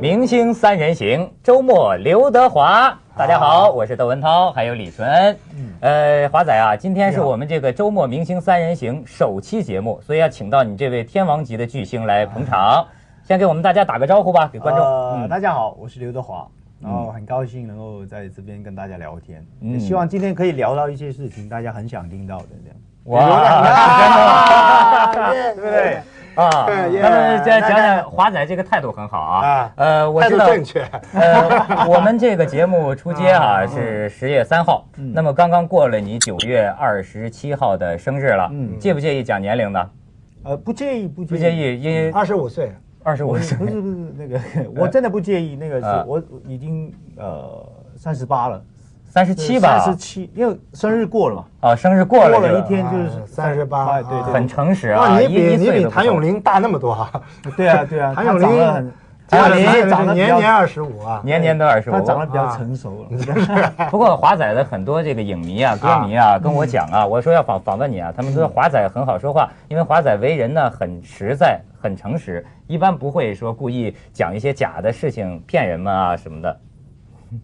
明星三人行，周末刘德华。大家好，我是窦文涛，还有李淳恩。呃，华仔啊，今天是我们这个周末明星三人行首期节目，所以要请到你这位天王级的巨星来捧场。先给我们大家打个招呼吧，给观众。呃，嗯大家好，我是刘德华，然后很高兴能够在这边跟大家聊天，也希望今天可以聊到一些事情大家很想听到的这样。哇，真的吗对不对？啊，对咱们再那讲讲华仔这个态度很好啊啊。呃，我态知度道，正确， 呃，我们这个节目出街啊是十月三号，那么刚刚过了你九月二十七号的生日了，介不介意讲年龄呢？呃，不介意，不介不意，介意，因为二十五岁，二十五不是岁不是不是那 个，我真的不介意那个啊是，我已经呃三十八了，三十七吧，三十七，因为生日过了嘛，啊，生日过过了这了个一天就啊是38对对，很诚实哇，啊，你一比一你岁比都不谭够咏麟大那么多啊！对啊对啊，谭他咏长得麟很，，谭咏麟谭啊长得比较年年二十五啊，年年都二十五，他长得比较啊成熟了。不过华仔的很多这个影迷啊、歌迷啊跟我讲啊，我说要访访问你啊，他们说华仔很好说话，因为华仔为人呢很实在、很诚实，一般不会说故意讲一些假的事情骗人们啊什么的。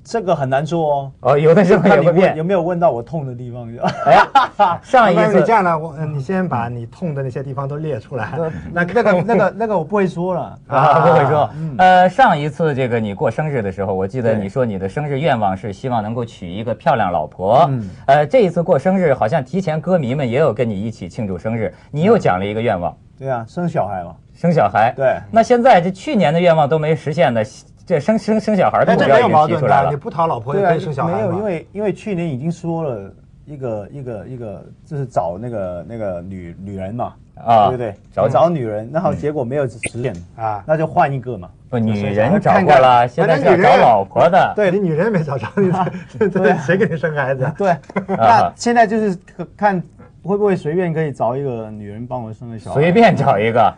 这个很难说 哦。哦，有的时候也 看你会问有骗。没有问到我痛的地方？哎，上一 要不然你这次样呢，我呃你先把你痛的那些地方都列出来。 那那个 那个那个我不会说了。啊，不会说。呃，上一次这个你过生日的时候，我记得你说你的生日愿望是希望能够娶一个漂亮老婆。嗯呃，这一次过生日，好像提前歌迷们也有跟你一起庆祝生日，你又讲了一个愿望，对啊，生小孩嘛。生小孩。对，那现在这去年的愿望都没实现的，这生生生小孩的哎，目这标没有已经矛提盾出来的，你了。不讨老婆也对啊可以生小孩嘛没有，因为因为去年已经说了一个一个一个，就是找那个那个女女人嘛，啊对不对？找嗯找女人，然后结果没有实现，啊，那就换一个嘛。不，女人找过了，现在是要找老婆的。对你女人没找着，你这 这谁给你生孩子 啊？对，那现在就是看会不会随便可以找一个女人帮我生个小孩。随便找一 个。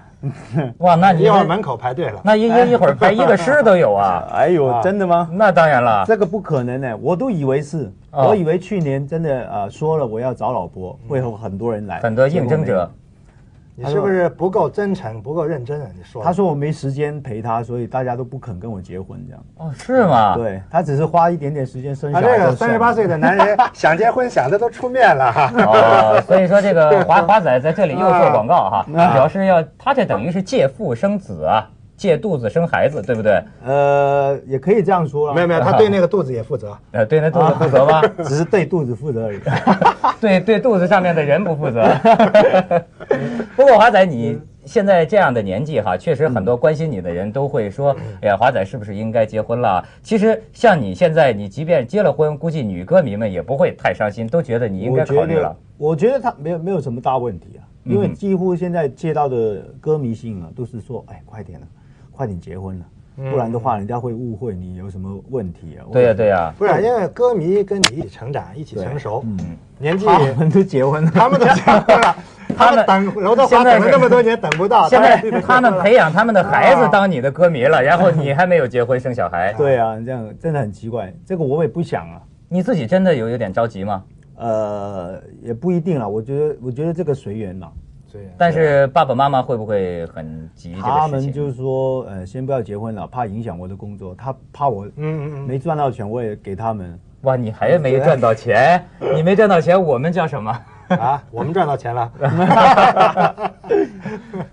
哇，那你一会儿门口排队了。那一一一会儿排一个师都有啊。哎呦，真的吗？那当然了，这个不可能呢、我都以为是，啊嗯我以为去年真的呃说了我要找老婆，会有很多人来，很多应征者。你是不是不够真诚，不够认真啊？你说的他说我没时间陪他，所以大家都不肯跟我结婚，这样。哦，是吗？对他只是花一点点时间生小啊，孩。这个三十八，岁的男人想结婚想的都出面了哈。哦，所以说这个华华仔在这里又做广告 哈，啊表示要他这等于是借腹生子啊，借肚子生孩子，对不对？呃，也可以这样说啦。没有没有，他对那个肚子也负责。呃，对那肚子负责吗？只是对肚子负责而已。 对对，肚子上面的人不负责。 不过华仔，你现在这样的年纪哈，确实很多关心你的人都会说，嗯哎呀，华仔是不是应该结婚了？其实像你现在，你即便结了婚，估计女歌迷们也不会太伤心，都觉得你应我该考觉虑了得。，我觉得他没有没有什么大问题啊，因为几乎现在接到的歌迷信啊，都是说，哎，快点了，快点结婚了，不然的话人家会误会你有什么问题啊。对呀、对呀、不是，因为歌迷跟你一起成长，一起成熟，嗯嗯年 纪他们都结 婚了，他们都结婚了，他们等刘德华等了那么多年等不啊到，现在当然他们培养他们的孩子当你的歌迷了，然后你还没有结婚生小孩， 对啊，这样真的很奇怪，这个我也不想啊。你自己真的有有点着急吗？呃，也不一定啦。我觉得，我觉得这个随缘啦。对但是爸爸妈妈会不会很急这个事情？他们就是说，呃，先不要结婚了，怕影响我的工作。他怕我，嗯嗯嗯没赚到钱，我也给他们。哇，你还没赚到 钱，你没赚到钱，我们叫什么？啊，我们赚到钱了，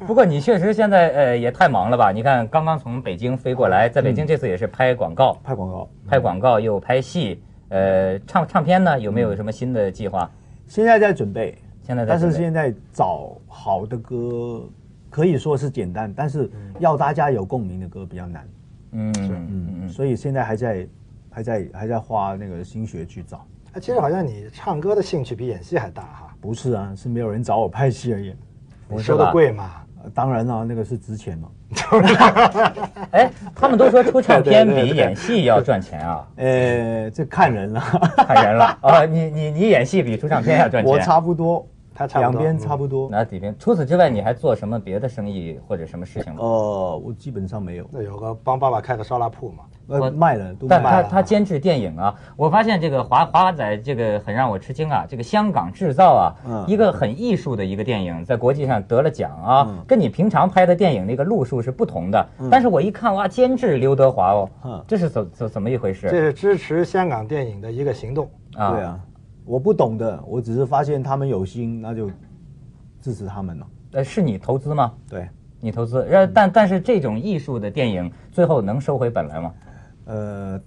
不过你确实现在呃也太忙了吧？你看刚刚从北京飞过来，嗯在北京这次也是拍广告，拍广告。拍广告又拍戏，呃，唱唱片呢有没有什么新的计划？现在在准备，现在在但准是备现在找好的歌，可以说是简单，但是要大家有共鸣的歌比较难。嗯嗯嗯，所以现在还在，还在，还在花那个心血去找。哎其实好像你唱歌的兴趣比演戏还大哈，不是啊，是没有人找我拍戏而已。不是收的吧贵嘛，呃当然啦、那个是值钱嘛。哎，他们都说出唱片 对对比对演戏要赚钱啊，呃，这看人了。哦看人了啊！你你你演戏比出唱片要赚钱，啊我差不多，他差两不多边差不多。拿底片。除此之外，你还做什么别的生意或者什么事情吗？呃，我基本上没有，那有个帮爸爸开的烧腊铺嘛，我呃，卖了都卖但他了。他监制电影啊，我发现这个华华仔这个很让我吃惊啊，这个香港制造啊，嗯一个很艺术的一个电影，在国际上得了奖啊，嗯跟你平常拍的电影那个路数是不同的。但是我一看哇，监制刘德华哦，嗯这是怎怎怎么一回事？这是支持香港电影的一个行动。对啊，我不懂的，我只是发现他们有心，那就支持他们了。呃，是你投资吗？对，你投资，然后但但是这种艺术的电影最后能收回本来吗？呃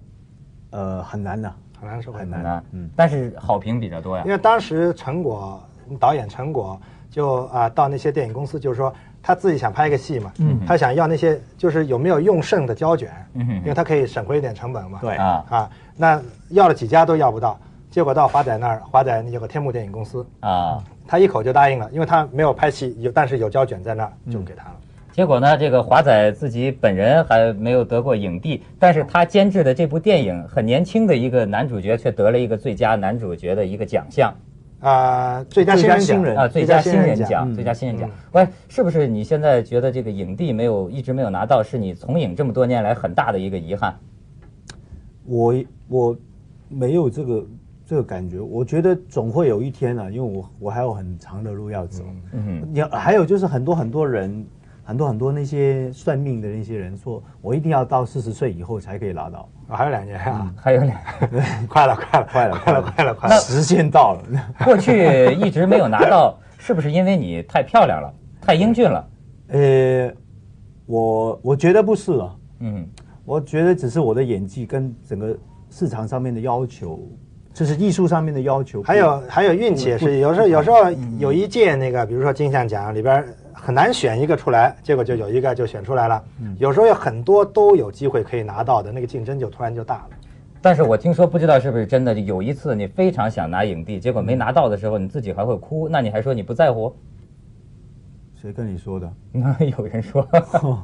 呃，很难呐、很难受，很很难难，嗯但是好评比较多呀因。为当时陈果导演陈果就啊、到那些电影公司，就是说他自己想拍一个戏嘛，他想要那些就是有没有用剩的胶卷，嗯哼因为他可以省回一点成本嘛。对啊啊，那要了几家都要不到，结果到华仔那儿，华仔有个天幕电影公司，啊，他一口就答应了，因为他没有拍戏，有但是有胶卷在那儿，就给他了。结果呢，这个华仔自己本人还没有得过影帝，但是他监制的这部电影，很年轻的一个男主角却得了一个最佳男主角的一个奖项啊、最佳最新佳人新奖人啊，最佳新人奖。奖，最嗯佳新人奖。喂，是不是你现在觉得这个影帝没有一直没有拿到，是你从影这么多年来很大的一个遗憾？我我没有这个这个感觉，我觉得总会有一天啊，因为我我还有很长的路要走。嗯你还有就是很多很多人，很多很多那些算命的那些人说，我一定要到四十岁以后才可以拿到，啊还有两年啊，还有两， 快了，快了，快了快了，快了，快了。时间到了。过去一直没有拿到，是不是因为你太漂亮了，太英俊了？呃，我我觉得不是啊，嗯，我觉得只是我的演技跟整个市场上面的要求，就是艺术上面的要求不一样。还有还有运气也是，有时候有时候有一届那个，比如说金像奖里边儿很难选一个出来，结果就有一个就选出来了。有时候有很多都有机会可以拿到的，那个竞争就突然就大了。但是我听说，不知道是不是真的，有一次你非常想拿影帝，结果没拿到的时候，你自己还会哭，那你还说你不在乎？ 谁跟你 说的？那有人说，哦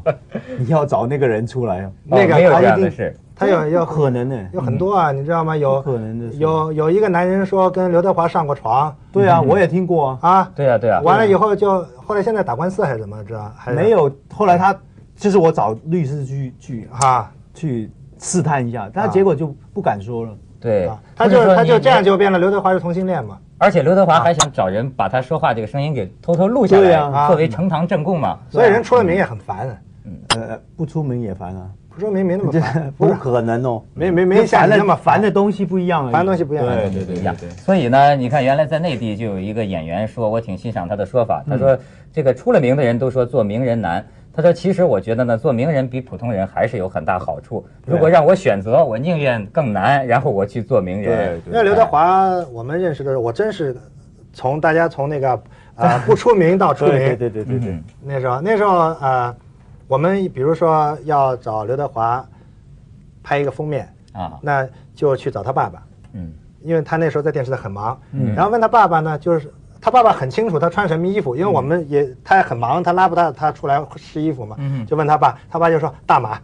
你要找那个人出来啊？ 那个啊哦没有他这一样的定事，他有有不可能呢、有很多啊，你知道吗？有不可能的事有有一个男人说跟刘德华上过床对啊，我也听过啊，啊，对啊对啊完了以后就后来现在打官司还是怎么知道？还是没有。后来他就是我找律师去去啊去试探一下，但他结果就不敢说了。对啊，，他就不说他就你这样，就变了。刘德华是同性恋嘛？嗯而且刘德华还想找人把他说话这个声音给偷偷录下对来，啊作为呈堂证供嘛。所以人出了名也很烦，呃，不出门也烦啊，不说明没那么烦，不不是可能哦，没没没像烦你的那么烦烦的东西不一样而已，烦的东西不一样对对对对对对对对对。所以呢，你看，原来在内地就有一个演员说，我挺欣赏他的说嗯法。他说，这个出了名的人都说做名人难。他说，其实我觉得呢，做名人比普通人还是有很大好处。如果让我选择，我宁愿更难，然后我去做名人。对因为哎刘德华，我们认识的时候，我真是从大家从那个 呃不出名到出名，对对对对对嗯那时候那时候呃，我们比如说要找刘德华拍一个封面，啊，那就去找他爸爸，嗯因为他那时候在电视台很忙，嗯然后问他爸爸呢，就是他爸爸很清楚他穿什么衣嗯服，因为我们也他也很忙，他拉不到他出来试衣服嘛，嗯就问他爸，他爸就说大码。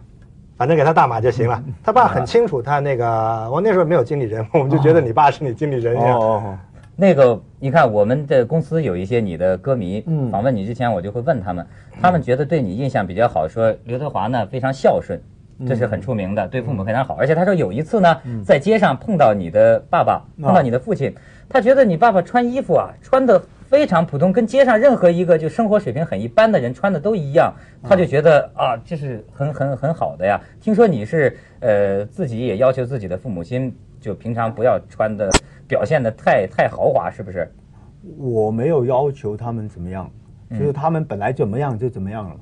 反正给他大码就行嗯了。他爸很清楚，他那个我那时候没有经理人， 我们就觉得你爸是你经理人一哦样。哦那个，你看我们的公司有一些你的歌迷，嗯访问你之前我就会问他们，他们觉得对你印象比较好，说刘德华呢非常孝顺，嗯这是很出名的，对父母非常好。而且他说有一次呢，在街上碰到你的爸爸，啊碰到你的父亲，他觉得你爸爸穿衣服啊穿的非常普通，跟街上任何一个就生活水平很一般的人穿的都一样，他就觉得啊这是很很很好的呀。听说你是呃自己也要求自己的父母亲，就平常不要穿的。表现的太太豪华，是不是？哦，我没有要求他们怎么样，就是他们本来怎么样就怎么样了。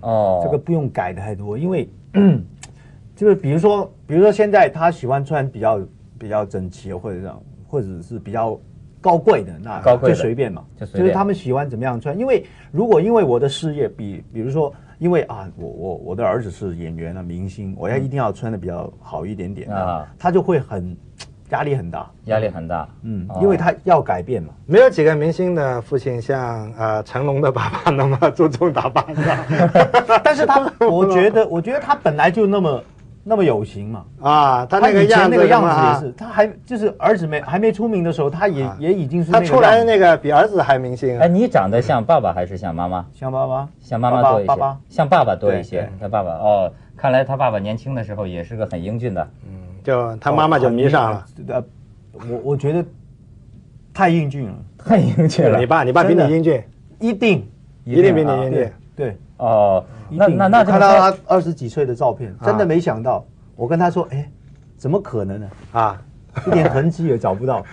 哦，这个嗯不用改的太多，因为 就是比如说，比如说现在他喜欢穿比较比较整齐，或者这样，或者是比较高贵的，那高贵的就随便嘛，就随便是他们喜欢怎么样穿。因为如果因为我的事业，比比如说。因为啊，我我我的儿子是演员啊，明星，我要一定要穿的比较好一点点啊啊，他就会很压力很大，压力很大。嗯哦，因为他要改变嘛，没有几个明星的父亲像呃成龙的爸爸 那么注重打扮的。 但是他，我觉得，我觉得他本来就那么那么有型 嘛。啊，他那个以前样那子个什样么啊子也是，他还就是儿子没还没出名的时候，他也啊也已经是他个出来的样子那个比儿子还明星哎，啊。你长得像爸爸还是像妈妈？像爸爸，像妈妈爸多一些，爸爸像爸爸多一对些。他爸爸哦，看来他爸爸年轻的时候也是个很英俊 的。就他妈妈就迷上了。。呃，我我觉得太英俊了，太英俊啊了你爸，你爸比真的你英俊，一定一定比你啊英俊。对。哦，那一定那那我这看么到说，他二十几岁的照啊片，真的没想到。我跟他说，哎，怎么可 能呢？啊，一点痕迹也找不 到。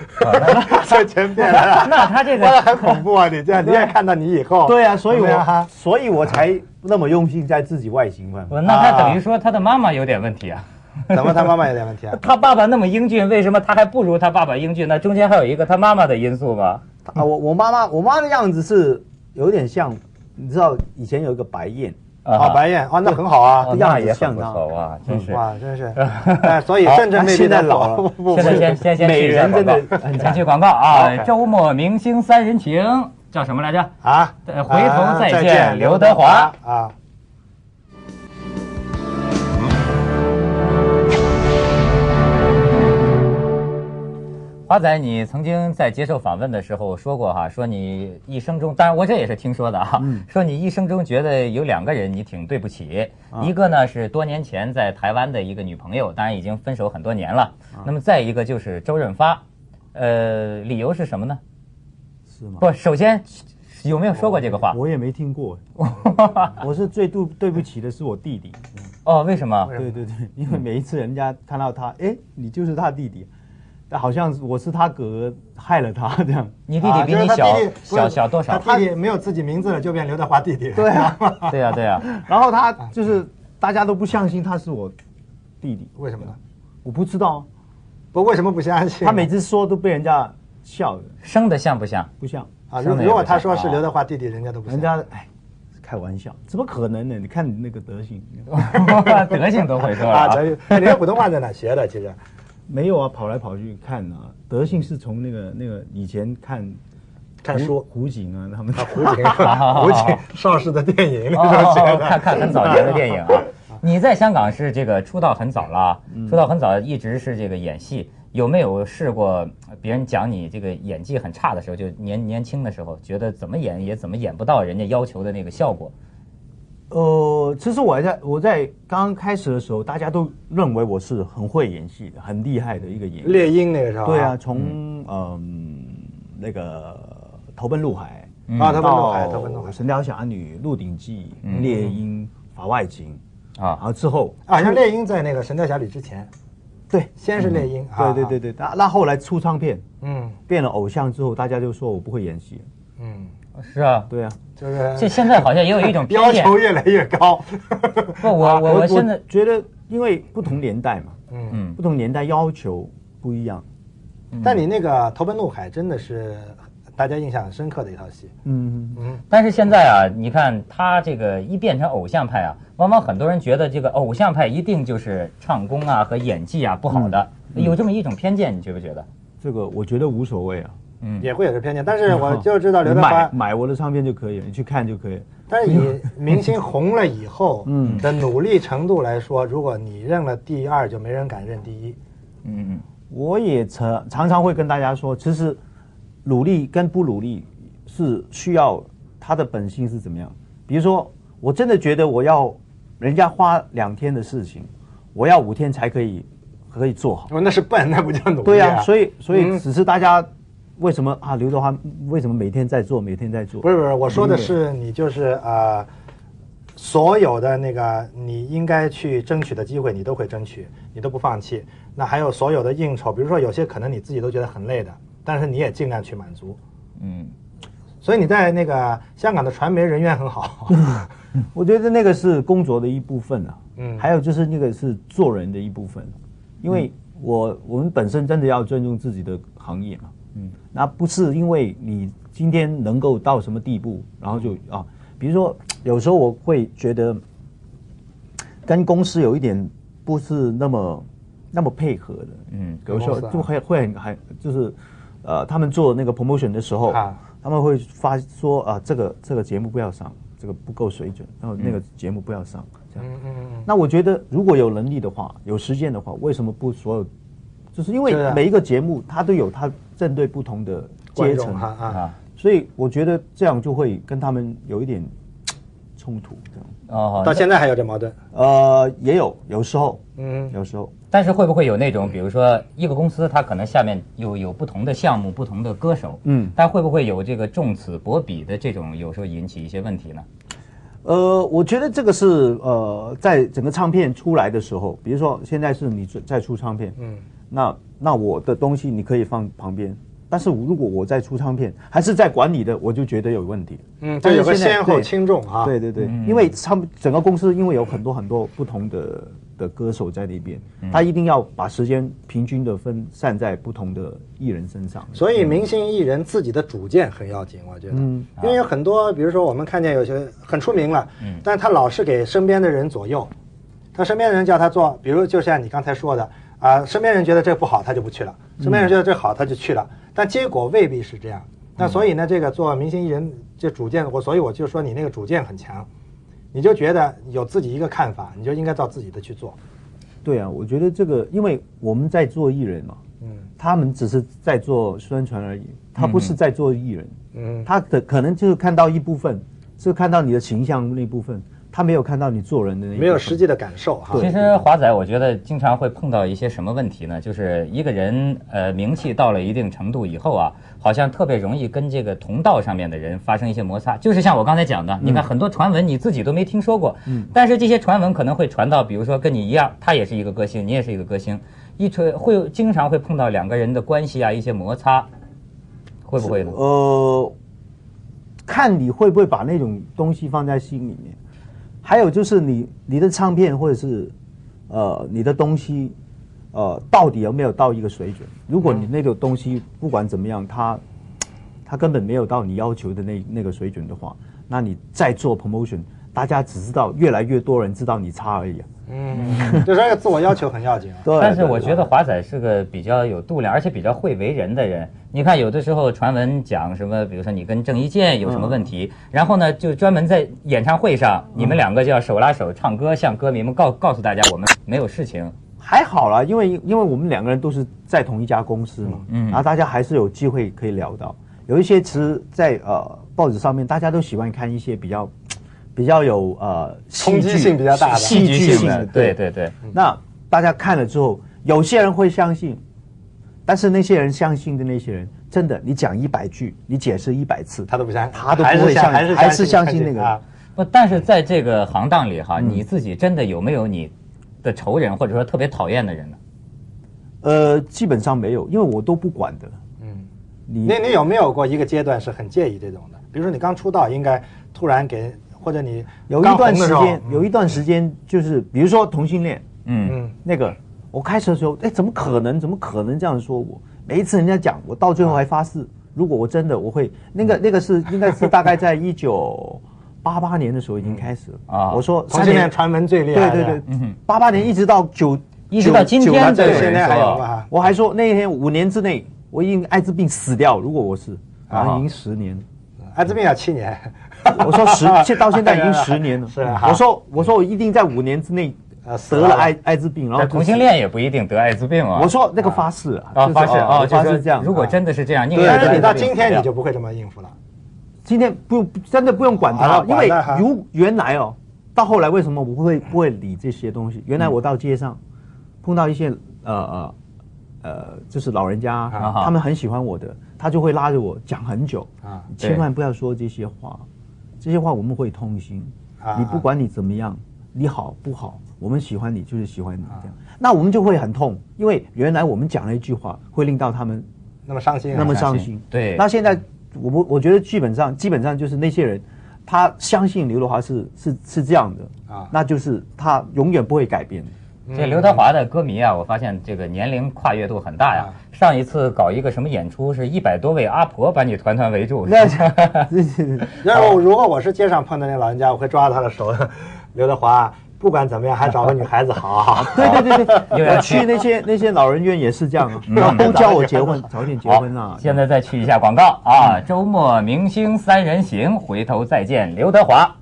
在前面来了，那他这 哇个很恐怖啊！你这样，你也看到你以后，对啊，所以对啊我所以我才那么用心在自己外形方不，面。那他啊等于说他的妈妈有点问题啊。怎么他妈妈有点问题啊？他爸爸那么英俊，为什么他还不如他爸爸英俊？那中间还有一个他妈妈的因素吧？啊，我我妈妈我妈的样子是有点像，你知道以前有一个白 燕，啊，白燕啊，那很好啊哦，样那子也很像不他嗯错哇，真是。啊哇，真是，哎，所以甚至好没现在老了不不现在先先先美去一下人广真告的 很先惨去广告啊！ OK 周末明星三人行叫什么来着？啊，呃回头再啊见刘德华啊。华仔，你曾经在接受访问的时候说过哈，说你一生中，当然我这也是听说的啊，嗯说你一生中觉得有两个人你挺对不起，啊一个呢是多年前在台湾的一个女朋友，当然已经分手很多年了，啊那么再一个就是周润发，呃，理由是什么呢？ 是吗？不，首先有没有说过这个话？我也没听 过，我是最对对不起的是我弟弟。哦，为什么？对对对，因为每一次人家看到他，哎，你就是他弟弟，但好像是我是他哥哥害了他这样。你弟弟比你小啊就是他弟弟不是小小多少？他弟弟没有自己名字了，就变刘德华弟弟了。对啊，对呀对 呀，然后他就是大家都不相信他是我弟弟，为什么呢？我不知道，啊不，为什么不相信？他每次说都被人家笑的，生的像不像？ 不像啊，上如面如果也不他像说是啊刘德华弟弟，人家都不人信。家哎，开玩笑，怎么可能呢？你看你那个德行，德行都会说了啊，啊咱哎你的普通话在哪学的？其 实没有啊，跑来跑去看啊，德行是从那个那个以前看看书胡胡锦啊他们啊，胡锦， 胡锦邵氏的电影嗯哦那时候学 的。看看很早年的电 影啊。你在香港是这个出道很早了啊，出道很早一直是这个演戏，有没有试过别人讲你这个演技很差的时候，就年年轻的时候，觉得怎么演也怎么演不到人家要求的那个效果？ 呃，其实我在我在刚刚开始的时候，大家都认为我是很会演戏的，很厉害的一个演员。猎鹰那个时候。对啊，，从嗯、那个《投奔怒海》嗯啊，他们弄海，到他们弄海嗯《神雕侠侣》《鹿鼎记》猎鹰》《法外情》，然啊，后之后啊，像猎鹰在那个《神雕侠侣》之前，对先是猎鹰。啊嗯对对对。对，那那后来出唱片嗯变了偶像之后，大家就说我不会演戏。嗯，是啊。对啊，就是 这现在好像也有一种偏 要见，求越来越高。 不，啊我我我现在觉得，因为不同年代嘛，嗯，嗯不同年代要求不一样。嗯但你那个《投奔怒海》真的是大家印象很深刻的一套戏。嗯，嗯，但是现在啊，你看他这个一变成偶像派啊，往往很多人觉得这个偶像派一定就是唱功啊和演技啊不好的，有这么一种偏见，你觉不觉得？这个我觉得无所谓啊。也会有这偏见，但是我就知道嗯刘哦你德华买，买我的唱片就可以了，你去看就可以了。但是以明星红了 以后嗯的努力程度来说，如果你认了第二，就没人敢认第一。嗯嗯，我也常常常会跟大家说，其实努力跟不努力是需要他的本性是怎么样。比如说，我真的觉得我要人家花两天的事情，我要五天才可以可以做好。我哦那是笨，那不叫努力、啊对啊呀、所以以所嗯以只是大家为什么啊？刘德华为什么每天在做，每天在做？不是不嗯是，我说的是你就是呃，所有的那个你应该去争取的机会，你都会争取，你都不放弃。那还有所有的应酬，比如说有些可能你自己都觉得很累的，但是你也尽量去满足。嗯，所以你在那个香港的传媒人缘很 好，我觉得那个是工作的一部分啊，嗯还有就是那个是做人的一部分，因为我、我们本身真的要尊重自己的行业嘛，嗯，那不是因为你今天能够到什么地步，然后就嗯啊，比如说有时候我会觉得跟公司有一点不是那么那么配合的，嗯有时候跟公司啊就会会很很就是呃，他们做那个 promotion 的时候，啊他们会发说啊、这个这个节目不要上。这个不够水准，然后那个节目不要上。这样，嗯嗯那我觉得如果有能力的话，有时间的话，为什么不所有？就是因为是啊每一个节目它都有它针对不同的阶层观众啊啊啊，所以我觉得这样就会跟他们有一点冲突，这样。哦嗯，，到现在还有这矛盾。呃，也有，有时候，嗯，有时候，但是会不会有那种，比如说一个公司，它可能下面有有不同的项目、不同的歌手，嗯但会不会有这个重此薄彼的这种，有时候引起一些问题呢？呃，我觉得这个是呃，在整个唱片出来的时候，比如说现在是你在在出唱片，嗯，那那我的东西你可以放旁边，但是如果我在出唱片还是在管理的，我就觉得有问题。嗯，但这是有个现在先后对轻重啊。对对对，因为他们整个公司因为有很多很多不同的的歌手在那边，他一定要把时间平均的分散在不同的艺人身上。所以明星艺人自己的主见很要紧，我觉得，嗯因为有很多，比如说我们看见有些很出名了，但他老是给身边的人左右，他身边的人叫他做，比如就像你刚才说的啊、身边人觉得这不好，他就不去了；嗯身边人觉得这好，他就去了，但结果未必是这样。嗯那所以呢，这个做明星艺人这主见，我所以我就说你那个主见很强，你就觉得有自己一个看法，你就应该照自己的去做。对啊，我觉得这个，因为我们在做艺人嘛，嗯，他们只是在做宣传而已，他不是在做艺人，嗯，他可可能就是看到一部分，是看到你的形象那部分，他没有看到你做人的那一部分没有实际的感受哈。其实华仔，我觉得经常会碰到一些什么问题呢？就是一个人呃名气到了一定程度以后啊，好像特别容易跟这个同道上面的人发生一些摩擦。就是像我刚才讲的，你看很多传闻你自己都没听说过，但是这些传闻可能会传到，比如说跟你一样，他也是一个歌星，你也是一个歌星，一吹会经常会碰到两个人的关系啊一些摩擦，会不会呢？呃，看你会不会把那种东西放在心里面。还有就是你你的唱片或者是呃你的东西，呃到底有没有到一个水准？如果你那个东西不管怎么样，它它根本没有到你要求的那那个水准的话，那你再做 promotion，大家只知道越来越多人知道你差而已、啊。嗯， 就是这个自我要求很要紧啊。对但是对我对觉得华仔是个比较有度量，而且比较会为人的人。你看，有的时候传闻讲什么，比如说你跟郑伊健有什嗯么问题，然后呢，就专门在演唱会上，你嗯们两个就要手拉手唱歌，向歌迷们告告诉大家我们没有事情。还好啦，因为因为我们两个人都是在同一家公司嘛，嗯，然后大家还是有机会可以聊到。有一些其实在呃报纸上面，大家都喜欢看一些比较比较有呃戏冲击剧性比较大的 戏戏剧剧性的的，对对对，那大家看了之后，有些人会相信，但是那些人相信的那些人，真的你讲一百句，你解释一百次，他都不相，他都还不是会相，相还是信，还是相信那看个见啊人。不，但是在这个行当里哈，嗯你自己真的有没有你的仇人，或者说特别讨厌的人呢？呃，基本上没有，因为我都不管的。嗯，你你你有没有过一个阶段是很介意这种的？比如说你刚出道，应该突然给，或者你有刚一段红的时嗯候间，有一段时间就是，比如说同性恋，嗯，嗯，那个我开始的时候，哎，怎么可能？怎么可能这样说我？每一次人家讲，我到最后还发誓，如果我真的我会那嗯个那个是应该是大概在一九八八年的时候已经开始了啊我说同三性年恋，传闻最厉对害的，对对，八八年一直到九，嗯一直到今九九天男都对有对现人在还有说，吧？我还说那一天五年之内我因艾滋病死掉，如果我是，啊然后已经十年了。艾滋病要七年，我说 十，现到现在已经十年了。是啊我说我说我一定在五年之内呃死得了了艾艾滋病，然后但就同性死。恋也不一定得艾滋病啊。我说那个发誓啊啊，就是发誓哦啊，我发就是誓这样。如果真的是这样，你对但是对你到对今天你就不会这么应付了。今天不用真的不用管它啊了，因为管它哈如原来哦，到后来为什么我不会不会理这些东西？原来我到街上嗯碰到一些呃呃呃，就是老人家，啊哈他们很喜欢我的，他就会拉着我讲很久啊你千万不要说这些话，这些话我们会痛心啊。你不管你怎么样，你好不好，我们喜欢你就是喜欢你这样，那我们就会很痛，因为原来我们讲了一句话会令到他们那么伤心、啊，那么伤伤心心。对那现在我不，我觉得基本上基本上就是那些人，他相信刘德华是是是这样的啊那就是他永远不会改变的。这刘德华的歌迷啊，我发现这个年龄跨越度很大嗯呀。上一次搞一个什么演出，是一百多位阿婆把你团团围 住。那这要是我如果我是街上碰到那老人家，我会抓着他的手， 刘德华，不管怎么样还找个女孩子好。 对对对又对，要我去那些那些老人院也是这样啊，然后都叫我结婚，早点结好婚啊，现在再去一下广告啊！周末明星三人行，回头再见，刘德华。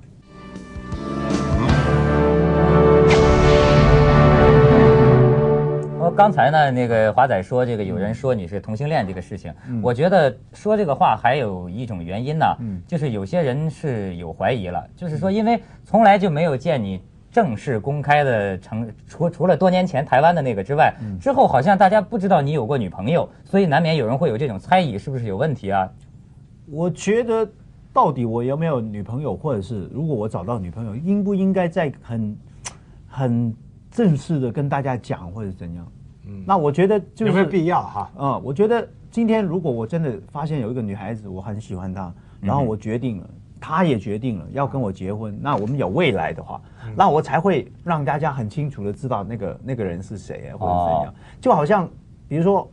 刚才呢，那个华仔说这个有人说你是同性恋这个事情，我觉得说这个话还有一种原因呢，就是有些人是有怀疑了，就是说因为从来就没有见你。正式公开的承，除除了多年前台湾的那个之外，之后好像大家不知道你有过女朋友，所以难免有人会有这种猜疑，是不是有问题啊？我觉得到底我有没有女朋友，或者是如果我找到女朋友，应不应该在很很正式的跟大家讲，或者怎样？那我觉得就有没有是必要哈？嗯，我觉得今天如果我真的发现有一个女孩子，我很喜欢她，嗯然后我决定了，她也决定了要跟我结婚，那我们有未来的话，嗯那我才会让大家很清楚的知道那个那个人是谁哦啊，或者是怎样。就好像比如说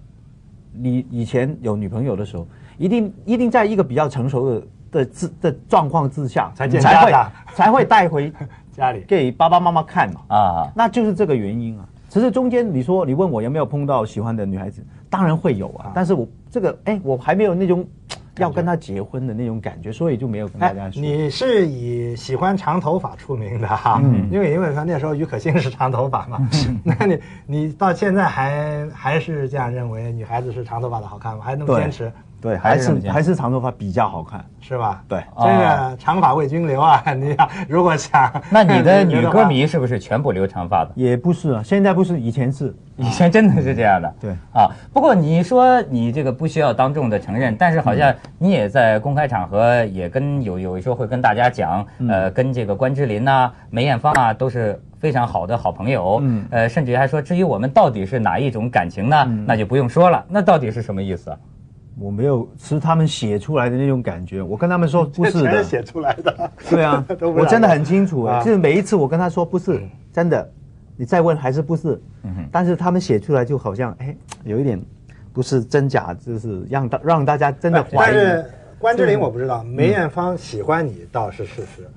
你以前有女朋友的时候，一定一定在一个比较成熟的的自的状况之下，才见才家会长才会带回家里给爸爸妈妈看嘛。啊，那就是这个原因啊。只是中间你说你问我有没有碰到喜欢的女孩子，当然会有啊。但是我这个哎，我还没有那种要跟她结婚的那种感觉，所以就没有跟大哎家，说。你是以喜欢长头发出名的哈，因为因为说那时候于可欣是长头发嘛， 那你你到现在还还是这样认为女孩子是长头发的好看吗？还那么对坚持对，还还是这么是讲还是长头发比较好看。是吧？对这个长发为君留啊！ 你要如果想，那你 的女留话歌迷是不是全部留长发的？也不是啊，现在不是，以前是。以前真的是这样的。对啊，不过你说你这个不需要当众的承认，但是好像你也在公开场合也跟有有时候会跟大家讲，呃，跟这个关之琳呐、梅艳芳啊都是非常好的好朋友，嗯呃，甚至还说至于我们到底是哪一种感情呢，那就不用说了，那到底是什么意思啊？我没有是他们写出来的那种感觉，我跟他们说不这是全是的，写出来的，对啊 ，都不是我真的很清楚啊嗯哎，就是每一次我跟他说不是真的，你再问还是不是，但是他们写出来就好像哎有一点不是真假，就是让大让大家真的怀哎但疑。是关之琳我不知道，梅艳芳喜欢你倒是事实，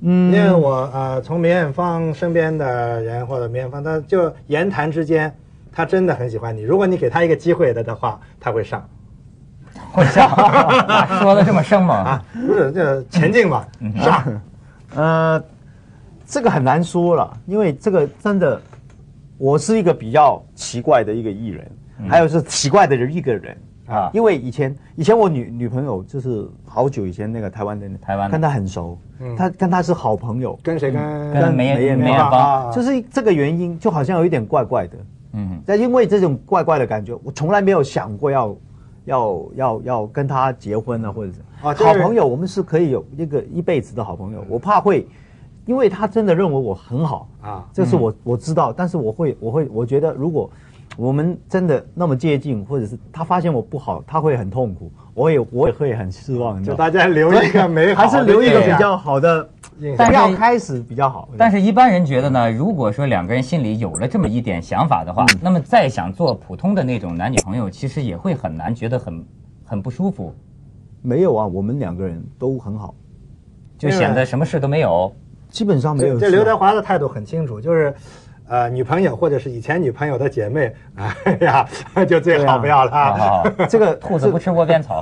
因为嗯，我呃从梅艳芳身边的人或者梅艳芳，她就言谈之间，她真的很喜欢你。如果你给她一个机会的的话，她会上我笑， 说的这么生猛啊，不是这前进吧，嗯上呃，这个很难说了，因为这个真的，我是一个比较奇怪的一个艺人，嗯还有是奇怪的一个人。啊，因为以前以前我女女朋友就是好久以前那个台湾的人，台湾的跟她很熟，嗯她跟她是好朋友，跟谁跟跟梅梅艳艳梅艳芳芳，啊就是这个原因，就好像有一点怪怪的。嗯，但因为这种怪怪的感觉，我从来没有想过要要要要跟她结婚啊，或者是、哦就是好朋友，我们是可以有一个一辈子的好朋友。我怕会，因为她真的认为我很好啊这是我、我知道，但是我会我会我觉得如果我们真的那么接近，或者是她发现我不好，她会很痛苦，我也我也会很失望，你知就道吗大家留一个美好嗯还是的，留一个对比较好的，印象但不是要开始比较好。但是，一般人觉得呢，如果说两个人心里有了这么一点想法的话，那么再想做普通的那种男女朋友，其实也会很难，觉得很很不舒服，没有啊，我们两个人都很好，就显得什么事都没有。基本上没有这事啊。这刘德华的态度很清楚，就是，呃，女朋友或者是以前女朋 啊友的姐妹，哎呀，就最好不要了。嗯好好好， 这个 兔子不吃窝边草。